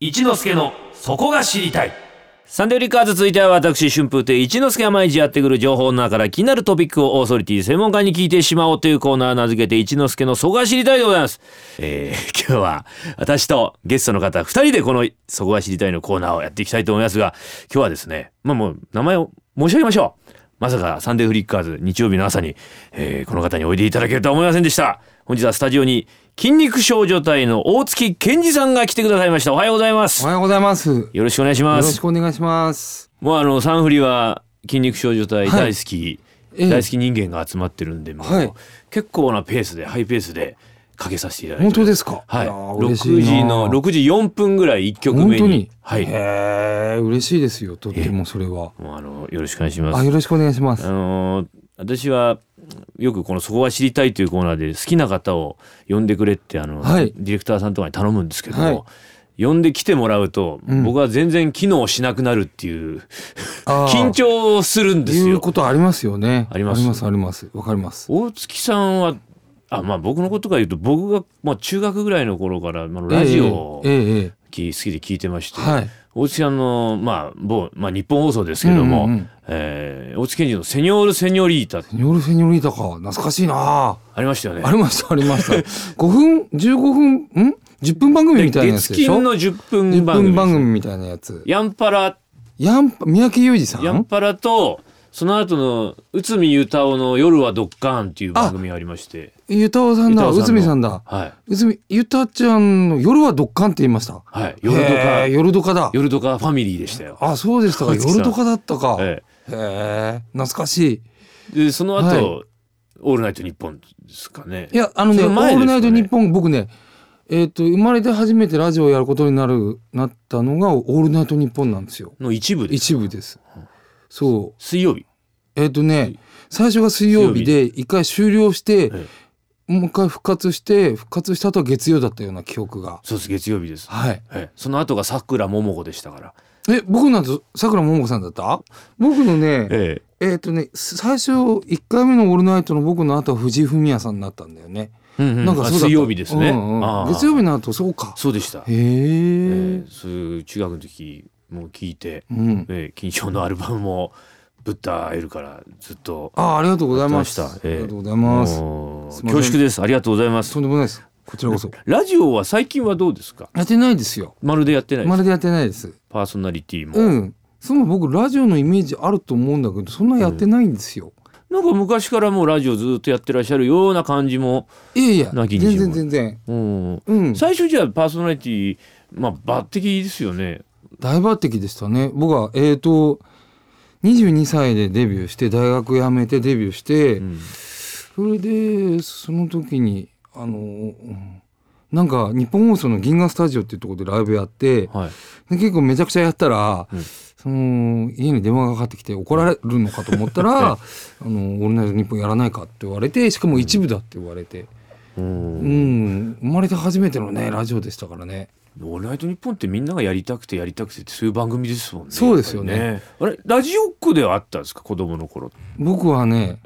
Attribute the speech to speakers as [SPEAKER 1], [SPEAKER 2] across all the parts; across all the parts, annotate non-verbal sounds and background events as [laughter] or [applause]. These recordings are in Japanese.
[SPEAKER 1] 一之助のそこが知りたい
[SPEAKER 2] サンデーリッカーズ続いては私春風亭一之輔が毎日やってくる情報の中から気になるトピックをオーソリティ専門家に聞いてしまおうというコーナー名付けて一之輔のそこが知りたいでございます、えー、 [laughs] 今日は私とゲストの方2人でこのそこが知りたいのコーナーをやっていきたいと思いますが今日はですねまあもう名前を申し上げましょうまさかサンデーフリッカーズ日曜日の朝に、えーこの方においでいただけるとは思いませんでした本日はスタジオに筋肉少女隊の大月健二さんが来てくださいましたおはようございま
[SPEAKER 3] お
[SPEAKER 2] す
[SPEAKER 3] はようございます。よ
[SPEAKER 2] よろしくお願いしま
[SPEAKER 3] ろ
[SPEAKER 2] す
[SPEAKER 3] しくお願いします。
[SPEAKER 2] もうあのサンフリは筋肉少女隊
[SPEAKER 3] はい
[SPEAKER 2] 大好き、
[SPEAKER 3] ええ
[SPEAKER 2] 大好き人間が集まってるんで、もう
[SPEAKER 3] はい
[SPEAKER 2] 結構なペースでハイペースでかけさせていただいて
[SPEAKER 3] 本当
[SPEAKER 2] す
[SPEAKER 3] ですか。
[SPEAKER 2] はい
[SPEAKER 3] や
[SPEAKER 2] 6
[SPEAKER 3] ー
[SPEAKER 2] 時の。
[SPEAKER 3] 嬉しいな
[SPEAKER 2] 6時4分ぐらい1曲目に
[SPEAKER 3] 本当に
[SPEAKER 2] はいも
[SPEAKER 3] へえ、嬉しいですよ。とってもそれは。
[SPEAKER 2] うあのよろしくお願いします
[SPEAKER 3] あ、よろしくお願いします
[SPEAKER 2] あ。のー私はよくこの「そこは知りたい」というコーナーで好きな方を呼んでくれってあの、
[SPEAKER 3] はい
[SPEAKER 2] ディレクターさんとかに頼むんですけども、
[SPEAKER 3] はい
[SPEAKER 2] 呼んできてもらうと、
[SPEAKER 3] うん
[SPEAKER 2] 僕は全然機能しなくなるっていう
[SPEAKER 3] あー
[SPEAKER 2] [laughs] 緊張するんです
[SPEAKER 3] いう
[SPEAKER 2] よ。
[SPEAKER 3] ことありますよね。
[SPEAKER 2] あります
[SPEAKER 3] あります。ありますわかります。
[SPEAKER 2] 大月さんはあまあ僕のことから言うと僕が、まあ、中学ぐらいの頃から、まあ、ラジオを
[SPEAKER 3] えええええ
[SPEAKER 2] き好きで聞いてまし
[SPEAKER 3] え
[SPEAKER 2] て、
[SPEAKER 3] はい。
[SPEAKER 2] 大月さんの、まあ某まあ、日本放送ですけども、
[SPEAKER 3] うんうんうん
[SPEAKER 2] えー大月健二の「セニョール・セニョリータ」
[SPEAKER 3] ニョルフェニョリータか懐かしいな。
[SPEAKER 2] ありましたよね
[SPEAKER 3] あ。りましたありました。5分15分ん10分番組みたいなやつ
[SPEAKER 2] 月
[SPEAKER 3] でしょ
[SPEAKER 2] 金。の10
[SPEAKER 3] 10
[SPEAKER 2] 分番組
[SPEAKER 3] 分番組みたいなやつ。
[SPEAKER 2] ヤンパラ
[SPEAKER 3] やんぱ三宅裕二さん。
[SPEAKER 2] ヤンパラとその後の内海裕太夫の「夜はドッカーン」っていう番組がありまして
[SPEAKER 3] ゆたおさんだ。
[SPEAKER 2] ゆたおさんの
[SPEAKER 3] 内海さんだ。
[SPEAKER 2] はい
[SPEAKER 3] 内海ゆたちゃんの夜はドッカンって言いました。
[SPEAKER 2] はい夜ド
[SPEAKER 3] へ
[SPEAKER 2] カ
[SPEAKER 3] ー夜ドカだ。
[SPEAKER 2] 夜ドカファミリーでしたよ。
[SPEAKER 3] あ、そうでしたか。
[SPEAKER 2] 松木さん
[SPEAKER 3] 夜ドカだったか。へ
[SPEAKER 2] え
[SPEAKER 3] え、懐かしい。
[SPEAKER 2] えでその後、
[SPEAKER 3] は
[SPEAKER 2] オールナイトニッポン」ですかね。
[SPEAKER 3] いや、あのね、
[SPEAKER 2] その
[SPEAKER 3] オ
[SPEAKER 2] 前ですか
[SPEAKER 3] ー
[SPEAKER 2] ね
[SPEAKER 3] ルナイトニッポン、僕ね。えっと、生まれて初めてラジオをやることになる、なったのが、オールナイトニッポンなんですよ。
[SPEAKER 2] の一部で
[SPEAKER 3] 一部です。そう。
[SPEAKER 2] 水曜日
[SPEAKER 3] えっ、とね最初が水曜日で一回終了して、
[SPEAKER 2] え
[SPEAKER 3] もう一回復活して復活した後は月曜だったような記憶が
[SPEAKER 2] そうです月曜日です。
[SPEAKER 3] はい
[SPEAKER 2] ええその後がさくらももこでしたから。
[SPEAKER 3] え僕なんてさくらももこさんだった僕のね
[SPEAKER 2] え
[SPEAKER 3] えっ、とね最初1回目の「オールナイト」の僕の後は藤井フミヤさんになったんだよね、
[SPEAKER 2] えうんうん
[SPEAKER 3] なんか
[SPEAKER 2] あ
[SPEAKER 3] そうだった
[SPEAKER 2] 水曜日ですね。
[SPEAKER 3] うんうん
[SPEAKER 2] ああ
[SPEAKER 3] 月曜日の後そうか
[SPEAKER 2] そうでした。
[SPEAKER 3] へえ、
[SPEAKER 2] ええそういう中学の時もう聞いて、
[SPEAKER 3] うん
[SPEAKER 2] ええ金賞のアルバムもブッダエルからずっと
[SPEAKER 3] ああありがとうございます
[SPEAKER 2] やってましたええ
[SPEAKER 3] ありがとうございます
[SPEAKER 2] もう
[SPEAKER 3] すいません
[SPEAKER 2] 恐縮ですありがとうございます
[SPEAKER 3] とんでもないですこちらこそ
[SPEAKER 2] ラジオは最近はどうですか
[SPEAKER 3] やってないですよ
[SPEAKER 2] まるでやってないです
[SPEAKER 3] まるでやってないです
[SPEAKER 2] パーソナリティも、
[SPEAKER 3] うん。その僕ラジオのイメージあると思うんだけど、そんなやってないんですよ。
[SPEAKER 2] なんか昔からもうラジオずっとやってらっしゃるような感じも、
[SPEAKER 3] いやいや、
[SPEAKER 2] なき
[SPEAKER 3] 全
[SPEAKER 2] にしも
[SPEAKER 3] 然全然。
[SPEAKER 2] うん、
[SPEAKER 3] うん。
[SPEAKER 2] 最初じゃあパーソナリティまあ抜擢ですよね
[SPEAKER 3] 大抜擢でしたね。僕はえっ、と。22歳でデビューして大学辞めてデビューして、
[SPEAKER 2] うん
[SPEAKER 3] それでその時にあのうんなんか日本放送の銀河スタジオっていうところでライブやって
[SPEAKER 2] はい
[SPEAKER 3] で結構めちゃくちゃやったら、
[SPEAKER 2] うん
[SPEAKER 3] その家に電話がかかってきて怒られるのかと思っ
[SPEAKER 2] [laughs]
[SPEAKER 3] たら「あのオールナイトニッポンやらないか」って言われてしかも一部だって言われて、
[SPEAKER 2] うん
[SPEAKER 3] うん、生まれて初めてのねラジオでしたからね。
[SPEAKER 2] オールナイトニッポンってみんながやりたくてやりたくてってそういう番組ですもんね。
[SPEAKER 3] そうですよね
[SPEAKER 2] やっぱりねあれラジオっ子ではあったんですか子供の頃。
[SPEAKER 3] 僕はね、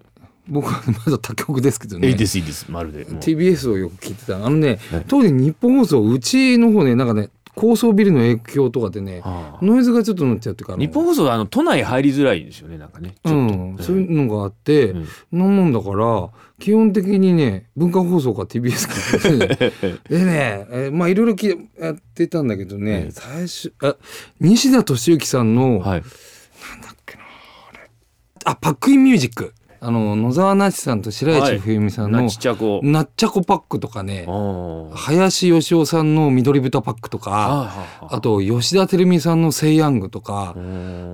[SPEAKER 3] 僕はまだ他局ですけどね。
[SPEAKER 2] いいですいいですまるで。もう
[SPEAKER 3] TBS をよく聞いてた。あのね
[SPEAKER 2] はい、
[SPEAKER 3] 当時日本放送うちの方ね、なんかね、高層ビルの影響とかでね、
[SPEAKER 2] ああ
[SPEAKER 3] ノイズがちょっと乗っちゃうっていうか、あの
[SPEAKER 2] 日本放送はあの都内入りづらいんですよねなんかね。ちょっと
[SPEAKER 3] うん、そういうのがあって、
[SPEAKER 2] うん
[SPEAKER 3] なんもんだから基本的にね文化放送か TBS か
[SPEAKER 2] [laughs]
[SPEAKER 3] でね、えーまあいろいろきやってたんだけどね、
[SPEAKER 2] うん
[SPEAKER 3] 最初あ西田敏行さんの、
[SPEAKER 2] はい。
[SPEAKER 3] あパックインミュージックあの野沢那智さんと白石冬美さんの、
[SPEAKER 2] なちっちゃこ。
[SPEAKER 3] なっちゃこパックとかね
[SPEAKER 2] あ
[SPEAKER 3] 林芳雄さんの緑豚パックと
[SPEAKER 2] あ
[SPEAKER 3] か
[SPEAKER 2] ああ。
[SPEAKER 3] あと吉田照美さんの「セイヤング」とか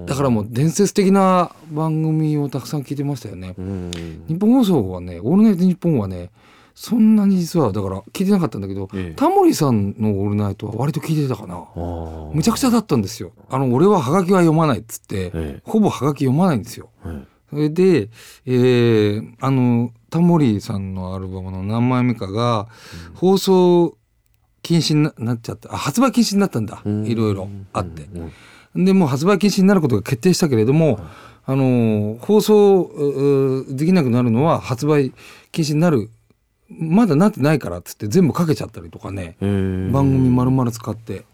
[SPEAKER 3] だかららもう伝説的な番組をたくさん聞いてましたよね。
[SPEAKER 2] うん
[SPEAKER 3] 日本放送はね「オールナイトニッポン」はねそんなに実はだから聞いてなかったんだけど
[SPEAKER 2] ええ
[SPEAKER 3] タモリさんの「オールナイト」は割と聞いてたかな。
[SPEAKER 2] ああ
[SPEAKER 3] むちゃくちゃだったんですよ。あの俺はハガキは読まないっつって
[SPEAKER 2] え
[SPEAKER 3] ほぼハガキ読まないんですよ。
[SPEAKER 2] ええ
[SPEAKER 3] それで、えーあのタモリさんのアルバムの何枚目かが
[SPEAKER 2] うん
[SPEAKER 3] 放送禁止にななっちゃったあ発売禁止になったんだ
[SPEAKER 2] えうん
[SPEAKER 3] いろいろあって
[SPEAKER 2] うんうん
[SPEAKER 3] でもう発売禁止になることが決定したけれども、あのー放送ううできなくなるのは発売禁止になるまだなってないからっつって全部かけちゃったりとかね、番組丸々使って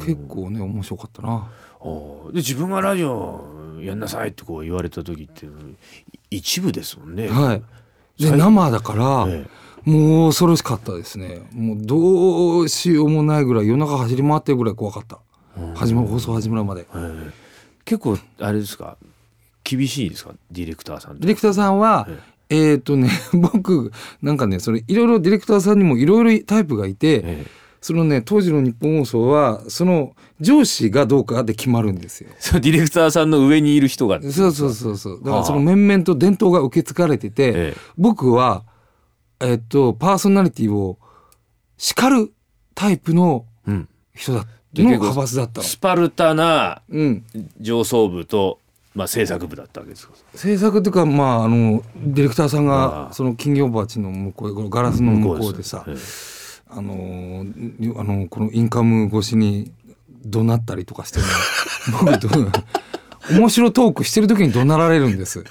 [SPEAKER 3] 結構ね面白かったな
[SPEAKER 2] おーで自分がラジオやんなさいってこう言われた時ってい一部ですもんね。
[SPEAKER 3] はいで生だから、
[SPEAKER 2] え
[SPEAKER 3] もう恐ろしかったですねもうどうしようもないぐらい夜中走り回ってるぐらい怖かった、始まる放送始まるまで、
[SPEAKER 2] えー結構あれですか厳しいですかディレクターさん
[SPEAKER 3] ディ
[SPEAKER 2] と。
[SPEAKER 3] レクターさんは、えっ、とね [laughs] 僕なんかねそれいろいろディレクターさんにもいろいろタイプがいて、
[SPEAKER 2] ええ
[SPEAKER 3] そのね当時の日本放送はその上司がどうかで決まるんですよ。
[SPEAKER 2] そうディレクターさんの上にいる人が。
[SPEAKER 3] そうそうそうそうだか
[SPEAKER 2] はあ
[SPEAKER 3] らその面々と伝統が受け継がれてて、
[SPEAKER 2] ええ
[SPEAKER 3] 僕はえっとパーソナリティを叱るタイプの
[SPEAKER 2] うん。
[SPEAKER 3] 人だ
[SPEAKER 2] で
[SPEAKER 3] の
[SPEAKER 2] 結構
[SPEAKER 3] 派閥だったの。
[SPEAKER 2] スパルタな
[SPEAKER 3] うん、
[SPEAKER 2] 上層部とまあ制作部だったわけですか。
[SPEAKER 3] 制作というかまああのディレクターさん
[SPEAKER 2] ああ
[SPEAKER 3] がその金魚鉢の向こうガラスの向こうでさ、
[SPEAKER 2] ええ
[SPEAKER 3] あのーあのこのインカム越しに怒鳴ったりとかしても
[SPEAKER 2] [laughs]
[SPEAKER 3] 僕どう面白トークしてる時に怒鳴られるんです。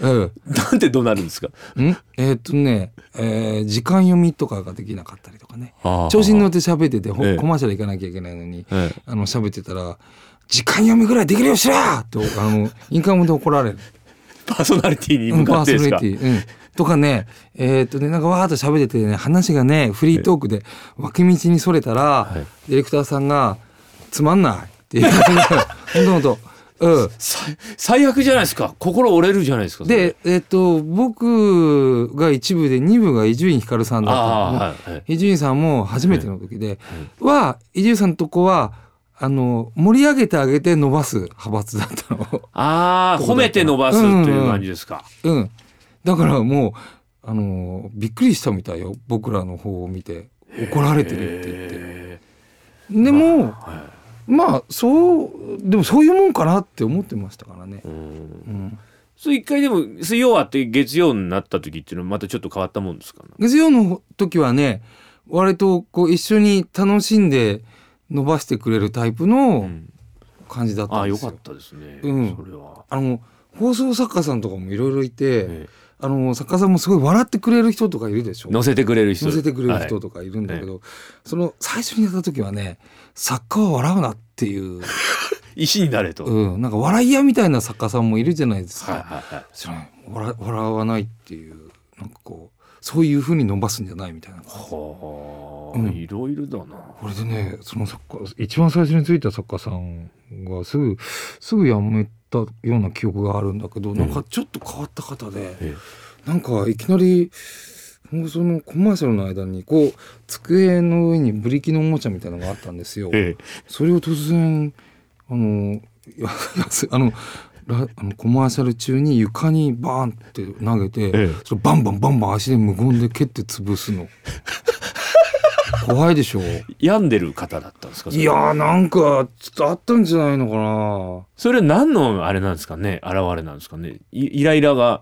[SPEAKER 3] うん
[SPEAKER 2] なんでどうなるんですか。
[SPEAKER 3] んえーっとね、えー時間読みとかができなかったりとかね
[SPEAKER 2] あー
[SPEAKER 3] 調子に乗って喋ってて、ほ
[SPEAKER 2] ええ
[SPEAKER 3] コマーシャル行かなきゃいけないのに、
[SPEAKER 2] ええ
[SPEAKER 3] あの喋ってたら「時間読みぐらいできるよしら!」ってあのインカムで怒られる。
[SPEAKER 2] パーソナリティに
[SPEAKER 3] う
[SPEAKER 2] 向
[SPEAKER 3] ん
[SPEAKER 2] かっ
[SPEAKER 3] パー
[SPEAKER 2] て
[SPEAKER 3] ソ
[SPEAKER 2] です
[SPEAKER 3] ナ
[SPEAKER 2] か。
[SPEAKER 3] リティ、うん、とかねえーっとねなんかわーっと喋っててね話がねフリートークで脇道にそれたら、ディレクターさんが「つまんない」って言うほんとほんと。うん
[SPEAKER 2] 最最悪じゃないですか。心折れるじゃないですか。それ
[SPEAKER 3] で、えっと、僕が一部で二部が伊集院光さんだったのね
[SPEAKER 2] ああはいはい
[SPEAKER 3] 伊集院さんも初めての時で、は伊集院さんのとこはあの盛り上げてあげて伸ばす派閥だったの。
[SPEAKER 2] ああ褒めて伸ばすという感じですか。
[SPEAKER 3] うん、だからもうあのびっくりしたみたいよ僕らの方を見て怒られてるって言って。
[SPEAKER 2] え
[SPEAKER 3] でも、まあそうでもそういうもんかなって思ってましたからね。うん
[SPEAKER 2] ーそれ一回でも水曜あって月曜になった時っていうのはまたちょっと変わったもんですか、ね。
[SPEAKER 3] 月曜の時はね割とこう一緒に楽しんで伸ばしてくれるタイプの感じだっ
[SPEAKER 2] あ
[SPEAKER 3] た
[SPEAKER 2] あ
[SPEAKER 3] んで
[SPEAKER 2] よ
[SPEAKER 3] すよ。
[SPEAKER 2] かったですね。
[SPEAKER 3] うん
[SPEAKER 2] それは。
[SPEAKER 3] あの放送作家さんとかもいろいろいて、
[SPEAKER 2] ええ
[SPEAKER 3] あの作家さんもすごい笑ってくれる人とかいるでしょ
[SPEAKER 2] 乗せてくれる人。
[SPEAKER 3] 乗せてくれる
[SPEAKER 2] はい
[SPEAKER 3] 人とかいるんだけど、その最初にやった時はね作家は笑うなっていう、
[SPEAKER 2] 石になれと。
[SPEAKER 3] うん、なんか笑い屋みたいな作家さんもいるじゃないですか、
[SPEAKER 2] はいはいはい。
[SPEAKER 3] 知らない笑笑わないっていうなんかこうそういうふうに伸ばすんじゃないみたいな
[SPEAKER 2] はあ、
[SPEAKER 3] うん
[SPEAKER 2] いろいろだな。
[SPEAKER 3] これでねその作家一番最初についた作家さんがすぐすぐ辞めたような記憶があるんだけど、なんかちょっと変わった方で、
[SPEAKER 2] え
[SPEAKER 3] なんかいきなりもうそのコマーシャルの間にこう机の上にブリキのおもちゃみたいなのがあったんですよ。
[SPEAKER 2] え
[SPEAKER 3] それを突然あの [laughs] ややすあのラあのコマーシャル中に床にバーンって投げて、
[SPEAKER 2] ええ
[SPEAKER 3] それバンバンバンバン足で無言で蹴って潰すの怖いでしょ
[SPEAKER 2] 病んでる方だったんですか。それ
[SPEAKER 3] いやーなんかちょっとあったんじゃないのかな
[SPEAKER 2] それ何のあれなんですかね。現れなんですかね。いイライラが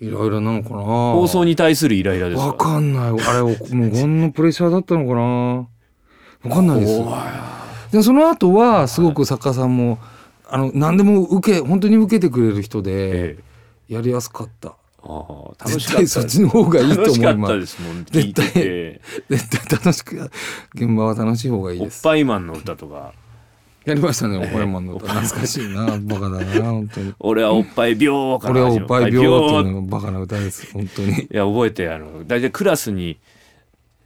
[SPEAKER 3] いろいろなのかな
[SPEAKER 2] 放送に対するイライラです
[SPEAKER 3] わかんないあれを無言のプレッシャーだったのかなわかんないです
[SPEAKER 2] 怖い
[SPEAKER 3] でその後はすごく作家さんも、あの何でも受け本当に受けてくれる人で
[SPEAKER 2] ええ
[SPEAKER 3] やりやすかった、
[SPEAKER 2] ああ楽し
[SPEAKER 3] 絶
[SPEAKER 2] かった
[SPEAKER 3] 対そっちの方がいいと
[SPEAKER 2] 楽し
[SPEAKER 3] 思
[SPEAKER 2] か
[SPEAKER 3] い
[SPEAKER 2] っ
[SPEAKER 3] ま
[SPEAKER 2] たですすもん聞い
[SPEAKER 3] 絶対
[SPEAKER 2] てて
[SPEAKER 3] 絶対楽しく現場は楽しい方がいい
[SPEAKER 2] おっ
[SPEAKER 3] です
[SPEAKER 2] ぱいマンの歌とか
[SPEAKER 3] やりましたね岡山の歌懐かし
[SPEAKER 2] [laughs]
[SPEAKER 3] いなバカだな本当に
[SPEAKER 2] 俺はおっぱい病から
[SPEAKER 3] 俺はおっぱい病っていう
[SPEAKER 2] い
[SPEAKER 3] のもバカな歌です本当
[SPEAKER 2] [laughs]
[SPEAKER 3] に
[SPEAKER 2] や覚えてあの大体クラスに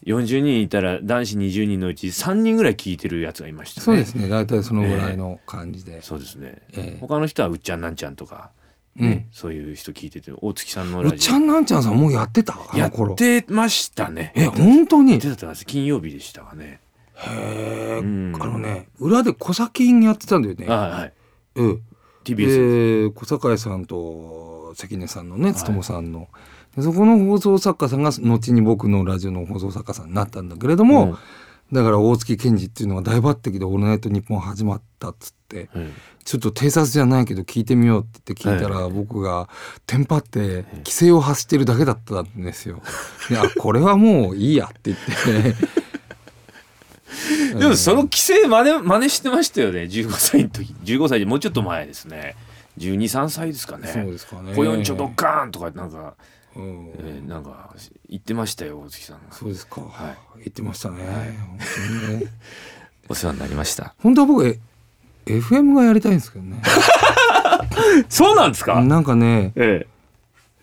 [SPEAKER 2] 40人いたら男子20人のうち3人ぐらい聞いてるやつがいましたね
[SPEAKER 3] そうですね大体そのぐらいの感じで、
[SPEAKER 2] そうですね、
[SPEAKER 3] ええ
[SPEAKER 2] 他の人はうっちゃんなんちゃんとか、
[SPEAKER 3] うん
[SPEAKER 2] ねそういう人聞いてて大月さんの
[SPEAKER 3] う
[SPEAKER 2] ラ
[SPEAKER 3] っ
[SPEAKER 2] ジオ
[SPEAKER 3] ちゃんなんちゃんさんもうやってたあ
[SPEAKER 2] や
[SPEAKER 3] の頃
[SPEAKER 2] ってましたね
[SPEAKER 3] え本当
[SPEAKER 2] や
[SPEAKER 3] に
[SPEAKER 2] ってたと思います金曜日でしたかね
[SPEAKER 3] へえ、
[SPEAKER 2] うん
[SPEAKER 3] あのね裏で小砂金やってたんだよね
[SPEAKER 2] あはい
[SPEAKER 3] うん、
[SPEAKER 2] TBS です、
[SPEAKER 3] で小堺さんと関根さんのねつともさんの、でそこの放送作家さんが後に僕のラジオの放送作家さんになったんだけれども、
[SPEAKER 2] うん
[SPEAKER 3] だから大月健二っていうのが大抜擢で「オールナイトニッポン」始まったっつって。
[SPEAKER 2] うん
[SPEAKER 3] ちょっと偵察じゃないけど聞いてみようって言って聞いたら僕がテンパって規制を発してるだけだったんですよ。であこれはもういいやって言っ
[SPEAKER 2] [laughs]
[SPEAKER 3] て
[SPEAKER 2] でもその規制真似真似してましたよね15歳の時15歳でもうちょっと前ですね1 2 3歳ですかね
[SPEAKER 3] そうですかね
[SPEAKER 2] ポヨンチョドッカーンとかなんか
[SPEAKER 3] うん
[SPEAKER 2] えーなんか言ってましたよ大月さんが
[SPEAKER 3] そうですか、
[SPEAKER 2] は
[SPEAKER 3] 言ってましたね、
[SPEAKER 2] はい
[SPEAKER 3] 本当にね [laughs]
[SPEAKER 2] お世話になりました
[SPEAKER 3] 本当は僕え FM がやりたいんですけどね
[SPEAKER 2] そうなんですか、
[SPEAKER 3] なんかね
[SPEAKER 2] え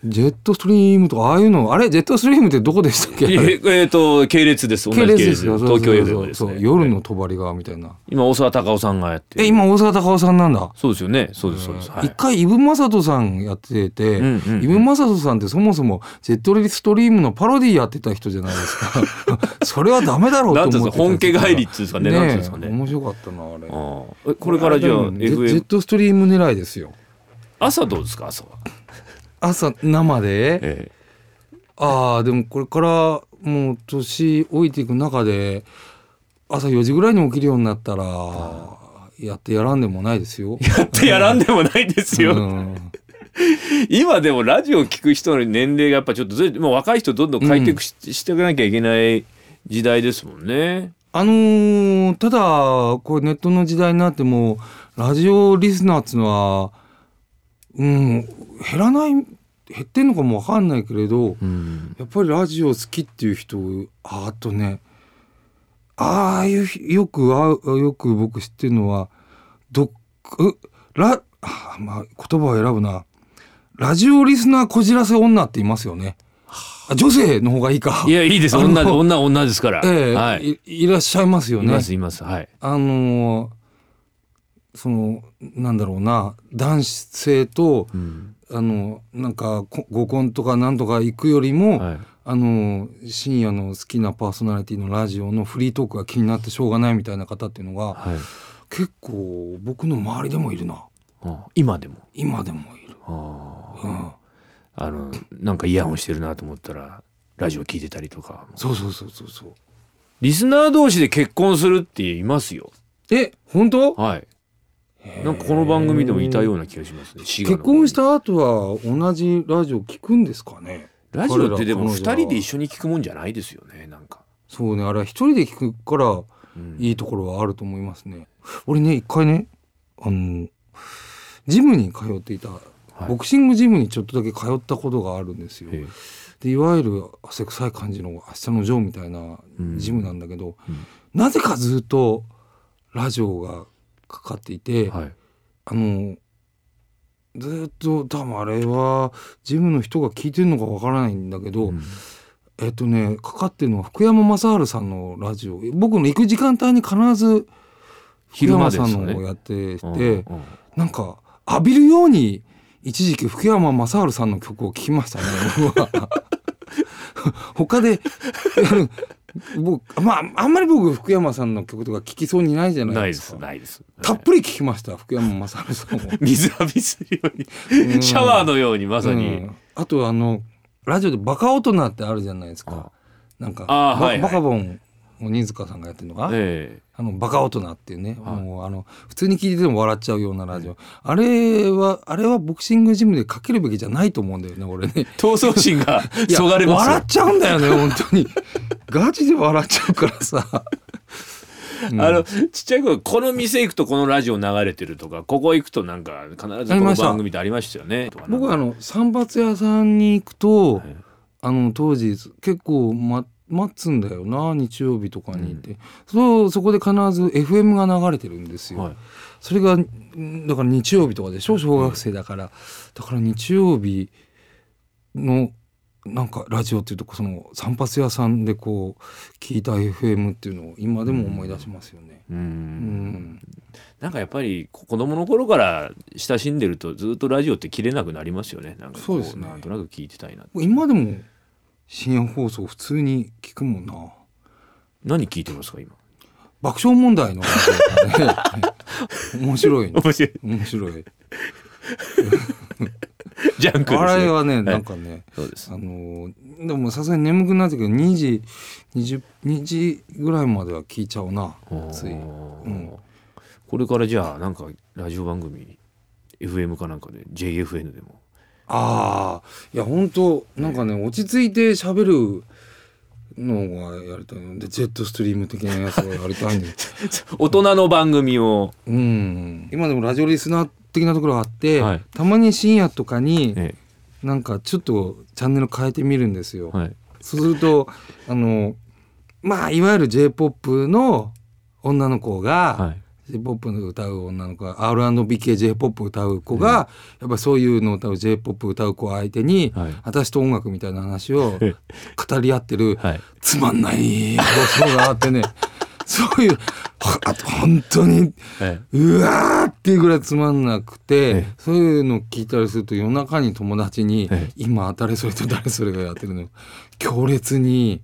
[SPEAKER 3] ジェットストリームとかああいうのあれジェットストリームってどこでしたっ
[SPEAKER 2] え
[SPEAKER 3] け
[SPEAKER 2] いええーと系列です同じ
[SPEAKER 3] 系
[SPEAKER 2] 系列
[SPEAKER 3] 列で
[SPEAKER 2] ですす
[SPEAKER 3] よ
[SPEAKER 2] 東京 FM
[SPEAKER 3] そう
[SPEAKER 2] です
[SPEAKER 3] そう
[SPEAKER 2] ね
[SPEAKER 3] そう夜
[SPEAKER 2] え
[SPEAKER 3] の帳がみたいな
[SPEAKER 2] え今大沢たかおさんがやってる
[SPEAKER 3] え今大沢たかおさんなんだ
[SPEAKER 2] そうですよねそうですそうです、はい
[SPEAKER 3] 一回イブ・マサトさんやってて、
[SPEAKER 2] うんうんうん
[SPEAKER 3] イブ・マサトさんってそもそもジェットリストリームのパロディやってた人じゃないですか
[SPEAKER 2] [laughs]
[SPEAKER 3] それはダメだろうと
[SPEAKER 2] なんていうん
[SPEAKER 3] 思っ
[SPEAKER 2] です
[SPEAKER 3] て
[SPEAKER 2] か本家帰りっていうんですかねなんていうんですかね
[SPEAKER 3] 面白かったなあれ
[SPEAKER 2] ああえこれからじゃあ
[SPEAKER 3] でもジェジェッ
[SPEAKER 2] FM
[SPEAKER 3] トストリーム狙いですよ
[SPEAKER 2] 朝どうですか
[SPEAKER 3] [laughs]
[SPEAKER 2] 朝は、
[SPEAKER 3] 朝生で
[SPEAKER 2] え
[SPEAKER 3] ああでもこれからもう年老いていく中で朝4時ぐらいに起きるようになったらやってやらんでもないですよ。
[SPEAKER 2] え、 [laughs] やってやらんでもないですよ、
[SPEAKER 3] うん
[SPEAKER 2] 今でもラジオ聞く人の年齢がやっぱちょっとずれてもう若い人どんどん変えていくし,、していかなきゃいけない時代ですもんね。
[SPEAKER 3] あのーただこれネットの時代になってもラジオリスナーっていうのはうん減らない減ってんのかもわかんないけれど
[SPEAKER 2] うん、
[SPEAKER 3] やっぱりラジオ好きっていう人ああとねああいうひよくあうよく僕知ってるのはどっうラあまあ言葉を選ぶなラジオリスナーこじらせ女っていますよね。あ女性の方がいいか
[SPEAKER 2] い。やいいです
[SPEAKER 3] あ
[SPEAKER 2] 女
[SPEAKER 3] の
[SPEAKER 2] 女女ですから、
[SPEAKER 3] ええ
[SPEAKER 2] はい、い
[SPEAKER 3] い、いらっしゃいますよね。
[SPEAKER 2] ますいますはい
[SPEAKER 3] あのーそのなんだろうな男性と
[SPEAKER 2] うん
[SPEAKER 3] あのなんかこ合コンとかなんとか行くよりも、
[SPEAKER 2] はい
[SPEAKER 3] あのー深夜の好きなパーソナリティのラジオのフリートークが気になってしょうがないみたいな方っていうのが
[SPEAKER 2] はい
[SPEAKER 3] 結構僕の周りでもいるな
[SPEAKER 2] あ今でも
[SPEAKER 3] 今でもいる、
[SPEAKER 2] あ
[SPEAKER 3] うん、
[SPEAKER 2] ああのなんかイヤホンしてるなと思ったらラジオ聞いてたりとか
[SPEAKER 3] そうそうそうそうそう
[SPEAKER 2] リスナー同士で結婚するって言いますよ
[SPEAKER 3] え本当
[SPEAKER 2] はいなんかこの番組でもいたような気がしますね滋賀
[SPEAKER 3] 結
[SPEAKER 2] の
[SPEAKER 3] 婚した後は同じラジオ聞くんですかね
[SPEAKER 2] ラジオってでも
[SPEAKER 3] 彼ら彼女
[SPEAKER 2] 二
[SPEAKER 3] は
[SPEAKER 2] 人で一緒に聞くもんじゃないですよねなんか、
[SPEAKER 3] そうねあれは一人で聞くから
[SPEAKER 2] うん
[SPEAKER 3] いいところはあると思いますね。俺ね一回ねあのジムに通っていた、
[SPEAKER 2] い
[SPEAKER 3] ボクシングジムにちょっとだけ通ったことがあるんですよ。
[SPEAKER 2] え
[SPEAKER 3] でいわゆる汗臭い感じの「明日のジョー」みたいな
[SPEAKER 2] うん
[SPEAKER 3] ジムなんだけど、
[SPEAKER 2] うん
[SPEAKER 3] なぜかずっとラジオがかかっていて、
[SPEAKER 2] えはい
[SPEAKER 3] あのずっと多分あれはジムの人が聞いてるのかわからないんだけど、
[SPEAKER 2] うん
[SPEAKER 3] えっとねかかってるのは福山雅治さんのラジオ僕の行く時間帯に必ず福
[SPEAKER 2] 昼間
[SPEAKER 3] 山
[SPEAKER 2] ですよ
[SPEAKER 3] さ
[SPEAKER 2] ね
[SPEAKER 3] んのをやってて、
[SPEAKER 2] うんうん
[SPEAKER 3] なんか浴びるように一時期福山雅治さんの曲を聴きましたね僕は [laughs] 他であの僕まああんまり僕福山さんの曲とか聴きそうにないじゃな
[SPEAKER 2] ないい
[SPEAKER 3] で
[SPEAKER 2] ですす
[SPEAKER 3] か。
[SPEAKER 2] ないです
[SPEAKER 3] たっぷり聴きました福山雅治さんを。
[SPEAKER 2] 水浴びするよ [laughs] う
[SPEAKER 3] うん
[SPEAKER 2] にシャワーのようにまさに、
[SPEAKER 3] うんあとあのラジオで「バカ大人」ってあるじゃないですか。なんか、
[SPEAKER 2] あー
[SPEAKER 3] バ
[SPEAKER 2] はいはい
[SPEAKER 3] バカボン鬼塚さんがやってるのか、
[SPEAKER 2] え
[SPEAKER 3] あのバカ大人っていうね、
[SPEAKER 2] はい
[SPEAKER 3] もうあの普通に聞いてても笑っちゃうようなラジオ、あれはあれはボクシングジムでかけるべきじゃないと思うんだ
[SPEAKER 2] [laughs]
[SPEAKER 3] よね俺ね
[SPEAKER 2] え。闘争心が
[SPEAKER 3] いや
[SPEAKER 2] そがれます
[SPEAKER 3] 笑
[SPEAKER 2] よ
[SPEAKER 3] っちゃうんだよね
[SPEAKER 2] [laughs]
[SPEAKER 3] 本当にガチで笑っちゃうからさ、うん
[SPEAKER 2] あのちっちゃい頃この店行くとこのラジオ流れてるとかここ行くとなんか必ず
[SPEAKER 3] あり
[SPEAKER 2] こ
[SPEAKER 3] ま
[SPEAKER 2] の
[SPEAKER 3] した
[SPEAKER 2] 番組ってありましたよね
[SPEAKER 3] 僕はあの散髪屋さんに行くと、
[SPEAKER 2] い
[SPEAKER 3] あの当時結構、ま、待つんだよな日曜日とかに行って、そうそこで必ず FM が流れてるんですよ、
[SPEAKER 2] はい
[SPEAKER 3] それがんだから日曜日とかでしょ小学生だから、だから日曜日のなんかラジオっていうとその散髪屋さんでこう聞いた FM っていうのを今でも思い出しますよね。
[SPEAKER 2] うん
[SPEAKER 3] うん
[SPEAKER 2] なんかやっぱりこ子供の頃から親しんでるとずっとラジオって切れなくなりますよねなんかこ
[SPEAKER 3] そうですね
[SPEAKER 2] なんとなく聞いてたいな
[SPEAKER 3] 今でも深夜放送普通に聞くもんな。
[SPEAKER 2] 何聞いてますか今
[SPEAKER 3] 爆笑問題の話だ [laughs] ね [laughs] 面白いね
[SPEAKER 2] 面白い
[SPEAKER 3] 面白い
[SPEAKER 2] ジャンクですね
[SPEAKER 3] あれはねなんかね、
[SPEAKER 2] そうです
[SPEAKER 3] あのーでもさすがに眠くなってくる2時20 2時ぐらいまでは聞いちゃうなつい、
[SPEAKER 2] あー
[SPEAKER 3] うん
[SPEAKER 2] これからじゃあなんかラジオ番組 FM かなんかで JFN でも
[SPEAKER 3] ああいや本当なんかね落ち着いて喋るのがやりたいのでジェットストリーム的なやつがやり
[SPEAKER 2] [laughs]
[SPEAKER 3] たいんで
[SPEAKER 2] 大人の番組を
[SPEAKER 3] うん今でもラジオリスナー的なところがあって、
[SPEAKER 2] はい
[SPEAKER 3] たまに深夜とかに、
[SPEAKER 2] え
[SPEAKER 3] なんかちょっとチャンネル変えてみるんですよ。
[SPEAKER 2] はい。
[SPEAKER 3] そうするとあのまあいわゆる j p o p の女の子が、
[SPEAKER 2] はい。
[SPEAKER 3] j p o p の歌う女の子が R&B 系 j p o p 歌う子が、やっぱそういうのを歌う j p o p 歌う子相手に、
[SPEAKER 2] はい
[SPEAKER 3] 私と音楽みたいな
[SPEAKER 2] [laughs]
[SPEAKER 3] 話を語り合ってる、
[SPEAKER 2] はい。
[SPEAKER 3] つまんない放送があってね [laughs] そういうほあと本当に
[SPEAKER 2] え
[SPEAKER 3] うわーっていうぐらいつまんなくて、
[SPEAKER 2] え
[SPEAKER 3] そういうの聞いたりすると夜中に友達に「
[SPEAKER 2] ええ
[SPEAKER 3] 今誰それと誰それがやってるの強烈に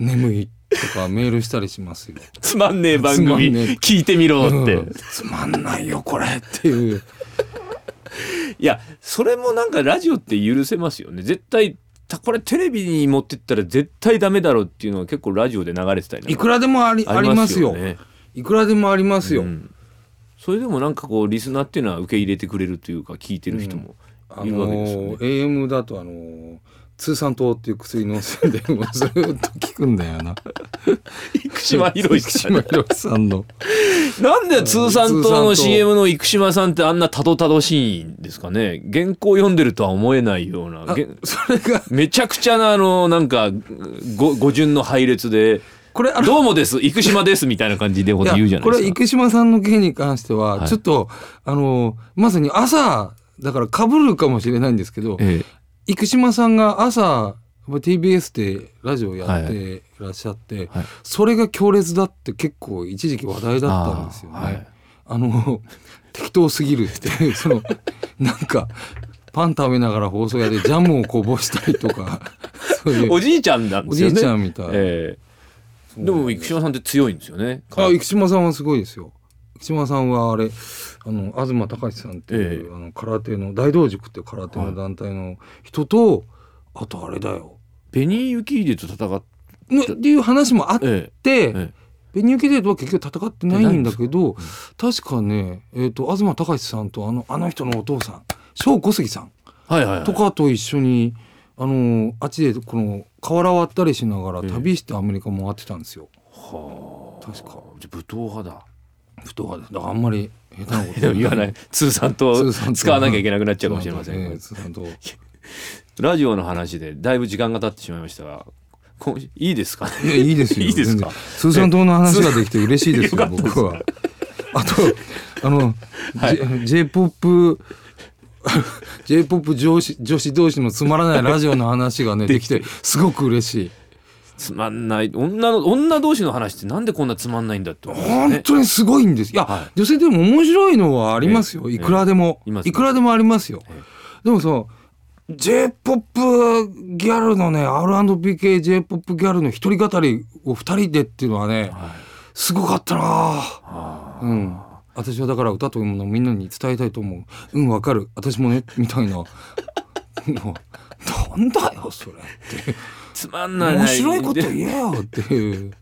[SPEAKER 3] 眠い」とかメールしたりしますよ。
[SPEAKER 2] つまんねえ番
[SPEAKER 3] つま
[SPEAKER 2] 組
[SPEAKER 3] んねえ
[SPEAKER 2] 聞いてみろって、
[SPEAKER 3] うんつまんないよこれっていう
[SPEAKER 2] いやそれもなんかラジオって許せますよね絶対たこれテレビに持ってったら絶対ダメだろうっていうのは結構ラジオで流れてたりなんか
[SPEAKER 3] いくらでもありありますよ
[SPEAKER 2] ね
[SPEAKER 3] いくらでもありますよ。
[SPEAKER 2] うんそれでもなんかこうリスナーっていうのは受け入れてくれるというか聞いてる人も
[SPEAKER 3] あ
[SPEAKER 2] いるわけですよね
[SPEAKER 3] のー、AM だとあのー通産糖っていう薬飲んでもうずっと聞くんだよな。
[SPEAKER 2] 生島ひろし
[SPEAKER 3] 生
[SPEAKER 2] さ
[SPEAKER 3] 島ひろしさんの。
[SPEAKER 2] んなんで通産
[SPEAKER 3] 通産
[SPEAKER 2] 党
[SPEAKER 3] 党
[SPEAKER 2] の CM の生島さんってあんなたどたどしいんですかね原稿読んでるとは思えないようなげ
[SPEAKER 3] それが
[SPEAKER 2] めちゃくちゃなあのなんかご語順の配列で
[SPEAKER 3] これあ
[SPEAKER 2] 「
[SPEAKER 3] の
[SPEAKER 2] どうもです生島です」みたいな感じでこと言う
[SPEAKER 3] い
[SPEAKER 2] じゃない
[SPEAKER 3] やこ
[SPEAKER 2] で
[SPEAKER 3] れ
[SPEAKER 2] すか。
[SPEAKER 3] 生島さんの件に関しては、
[SPEAKER 2] はい
[SPEAKER 3] ちょっとあのーまさに朝だからかぶるかもしれないんですけど、
[SPEAKER 2] え
[SPEAKER 3] 生島さんが朝やっぱ TBS でラジオやっ
[SPEAKER 2] は
[SPEAKER 3] てらっしゃって、
[SPEAKER 2] はい
[SPEAKER 3] それが強烈だって結構一時期話題
[SPEAKER 2] え
[SPEAKER 3] だったんですよね。
[SPEAKER 2] あーはい
[SPEAKER 3] あの適当すぎるって [laughs] いうそのなんかパン食べながら放送屋でジャムをこぼしたりとか [laughs] そういう
[SPEAKER 2] おじいちゃんなんで
[SPEAKER 3] お
[SPEAKER 2] す
[SPEAKER 3] じ
[SPEAKER 2] よ
[SPEAKER 3] い
[SPEAKER 2] ね。
[SPEAKER 3] ちゃんみたい。
[SPEAKER 2] ええでも生島さんって強いんですよね。
[SPEAKER 3] あ生島さんはすごいですよ。生島さんはあれあの東隆さんってい
[SPEAKER 2] え
[SPEAKER 3] う、あの空手の大道塾っていう空手の団体の人と、あとあれだよ。
[SPEAKER 2] 紅雪秀と戦っ
[SPEAKER 3] ね、っていう話もあって、
[SPEAKER 2] ええ
[SPEAKER 3] ベニューキデートは結局戦ってないんだけど
[SPEAKER 2] ないんで
[SPEAKER 3] 確かね、えー、と東隆さんとあのあの人のお父さん小小杉さん
[SPEAKER 2] はいはいはい。
[SPEAKER 3] とかと一緒に、あのあっちでこの瓦割ったりしながら旅してアメリカ回ってたんですよ。
[SPEAKER 2] はあ
[SPEAKER 3] 確か。
[SPEAKER 2] じゃあ武闘派だ。
[SPEAKER 3] ふとはだからあんまり下手なこ
[SPEAKER 2] [laughs]
[SPEAKER 3] と
[SPEAKER 2] でも言わない。通産と
[SPEAKER 3] 通産党
[SPEAKER 2] 使わなきゃいけなくなっちゃうかもしれません。
[SPEAKER 3] ええそうなんだえ
[SPEAKER 2] ラジオの話でだいぶ時間が経ってしまいましたが、こいいですかね。 [laughs]
[SPEAKER 3] え [laughs] いいですよ。
[SPEAKER 2] いいですか
[SPEAKER 3] 全然。通産党の話ができて嬉しいですよ。
[SPEAKER 2] よかったです
[SPEAKER 3] 僕は。あとあの、
[SPEAKER 2] はい
[SPEAKER 3] J [laughs] J-POP J-POP 女子女子同士のつまらないラジオの話がねできてすごく嬉しい。
[SPEAKER 2] つまんない女の女同士の話ってなんでこんなつまんないんだって思うんで
[SPEAKER 3] 本
[SPEAKER 2] すよね。
[SPEAKER 3] 当にすごいんです。いや、
[SPEAKER 2] は
[SPEAKER 3] 女性でも面白いのはありますよ。
[SPEAKER 2] ええ
[SPEAKER 3] いくらでも、
[SPEAKER 2] ええいます
[SPEAKER 3] いくらでもありますよ。
[SPEAKER 2] え
[SPEAKER 3] でもさ、J-POP ギャルのね、R&B 系 J-POP ギャルの一人語りを二人でっていうのは
[SPEAKER 2] は
[SPEAKER 3] ね、
[SPEAKER 2] い
[SPEAKER 3] すごかったなぁ
[SPEAKER 2] あ
[SPEAKER 3] うん。私はだから歌というものをみんなに伝えたいと思う。うん、わかる。私もね、みたいな。 [laughs] もうなんだよ、それって。
[SPEAKER 2] ーつまんない。
[SPEAKER 3] 面白いこと言えよっていう。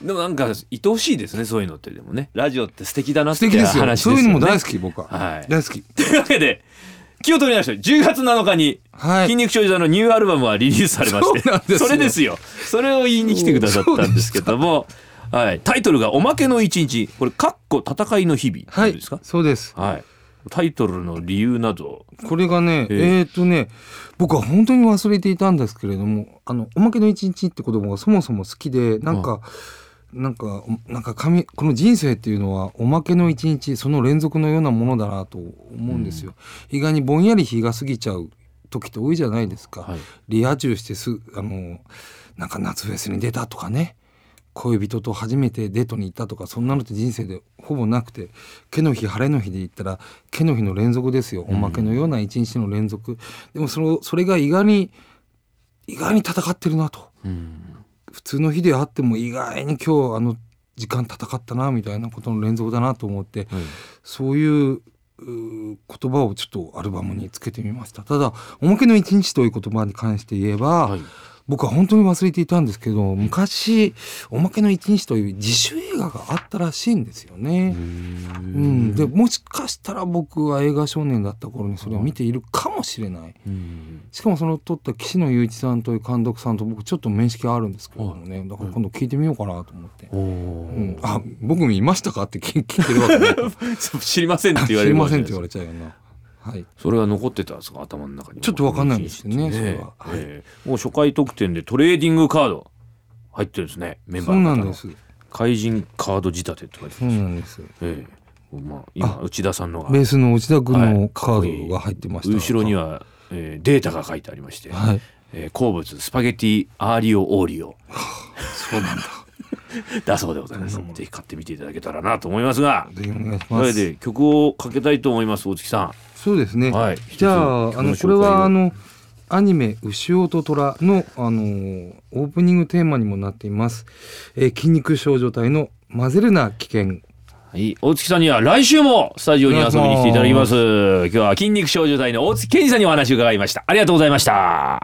[SPEAKER 2] でもなんか愛おしいですねそういうのってでもねラジオって素敵だなって
[SPEAKER 3] 素敵ですよ。
[SPEAKER 2] 話です
[SPEAKER 3] そ
[SPEAKER 2] よ、
[SPEAKER 3] う
[SPEAKER 2] ね、
[SPEAKER 3] いうのも大好き、僕は。
[SPEAKER 2] はい
[SPEAKER 3] 大好
[SPEAKER 2] [laughs]
[SPEAKER 3] き。
[SPEAKER 2] というわけで気を取り直して10月7日に
[SPEAKER 3] はい
[SPEAKER 2] 筋肉少女座のニューアルバムはリリースされまして、
[SPEAKER 3] そうなんですよ
[SPEAKER 2] れですよそれを言いに来てくださったんですけどもはい、タイトルが「おまけの一日」これ「かっこ戦いの日々」
[SPEAKER 3] は
[SPEAKER 2] なん
[SPEAKER 3] い
[SPEAKER 2] ですか、、
[SPEAKER 3] そうです。
[SPEAKER 2] はい、タイトルの理由など
[SPEAKER 3] これがね、
[SPEAKER 2] え
[SPEAKER 3] え
[SPEAKER 2] え
[SPEAKER 3] ーっとね、僕は本当に忘れていたんですけれども、あのおまけの一日って子供がそもそも好きで、なんか。なんか、おなんか、紙、この人生っていうのは、おまけの一日、その連続のようなものだなと思うんですよ。意外にぼんやり日が過ぎちゃう時って多いじゃないですか。
[SPEAKER 2] はい
[SPEAKER 3] リア充してす、あの、なんか夏フェスに出たとかね。恋人と初めてデートに行ったとかそんなのって人生でほぼなくて毛の日晴れの日で言ったら毛の日の連続ですよおまけのような一日の連続、でもそのそれが意外に意外に戦ってるなと
[SPEAKER 2] うん
[SPEAKER 3] 普通の日であっても意外に今日あの時間戦ったなみたいなことの連続だなと思って
[SPEAKER 2] はい
[SPEAKER 3] そういううー言葉をちょっとアルバムにつけてみましたただ「おまけの一日」という言葉に関して言えば、
[SPEAKER 2] はい
[SPEAKER 3] 僕は本当に忘れていたんですけど昔「おまけの一日」という自主映画があったらしいんですよ
[SPEAKER 2] う
[SPEAKER 3] ね。うんん、でもしかしたら僕は映画少年だった頃にそれを見ているかもしれない
[SPEAKER 2] うん
[SPEAKER 3] しかもその撮った岸野雄一さんという監督さんと僕ちょっと面識があるんですけれどもねだから今度聞いてみようかなと思って、
[SPEAKER 2] お
[SPEAKER 3] うん
[SPEAKER 2] ー、
[SPEAKER 3] あ僕もいましたかって聞聞いてるわけね [laughs]
[SPEAKER 2] そう知りませんって言われ
[SPEAKER 3] 知り
[SPEAKER 2] るか
[SPEAKER 3] ま
[SPEAKER 2] もし
[SPEAKER 3] せ
[SPEAKER 2] れ
[SPEAKER 3] んっ
[SPEAKER 2] ないです
[SPEAKER 3] て言われちゃうよなはい。
[SPEAKER 2] それが残ってたんですか頭の中に
[SPEAKER 3] ちょっとわかんないんですけどねそれははい
[SPEAKER 2] ええもう初回特典でトレーディングカード入ってるんですねメンバ
[SPEAKER 3] そ
[SPEAKER 2] ー
[SPEAKER 3] う
[SPEAKER 2] の
[SPEAKER 3] な
[SPEAKER 2] 方
[SPEAKER 3] ん
[SPEAKER 2] の
[SPEAKER 3] です。
[SPEAKER 2] 怪人カード仕立てって書いて
[SPEAKER 3] そう
[SPEAKER 2] ます、
[SPEAKER 3] なんです。
[SPEAKER 2] ええまあ、今内田さんのが
[SPEAKER 3] ベースの内田君
[SPEAKER 2] はい
[SPEAKER 3] のカードが入ってました。
[SPEAKER 2] 後ろには、えーデータが書いてありまして、
[SPEAKER 3] はい。
[SPEAKER 2] えー好物スパゲティアーリオオーリオ
[SPEAKER 3] そうなんだ。
[SPEAKER 2] [laughs] だそうでございます、ぜひ買ってみていただけたらなと思いますが
[SPEAKER 3] ぜひお願いし
[SPEAKER 2] そ
[SPEAKER 3] ま
[SPEAKER 2] れ
[SPEAKER 3] す。
[SPEAKER 2] で曲をかけたいと思います大月さ
[SPEAKER 3] そうですね。
[SPEAKER 2] んはい
[SPEAKER 3] じゃあ
[SPEAKER 2] 一つ
[SPEAKER 3] あの
[SPEAKER 2] 曲
[SPEAKER 3] これ
[SPEAKER 2] 紹介を
[SPEAKER 3] はあのアニメ「牛尾と虎の」あのオープニングテーマにもなっています、えー筋肉少女隊の「混ぜるな危険
[SPEAKER 2] はい大月さんには来週もスタジオに遊びに来ていただきます今日は筋肉少女隊の大月健二さんにお話を伺いましたありがとうございました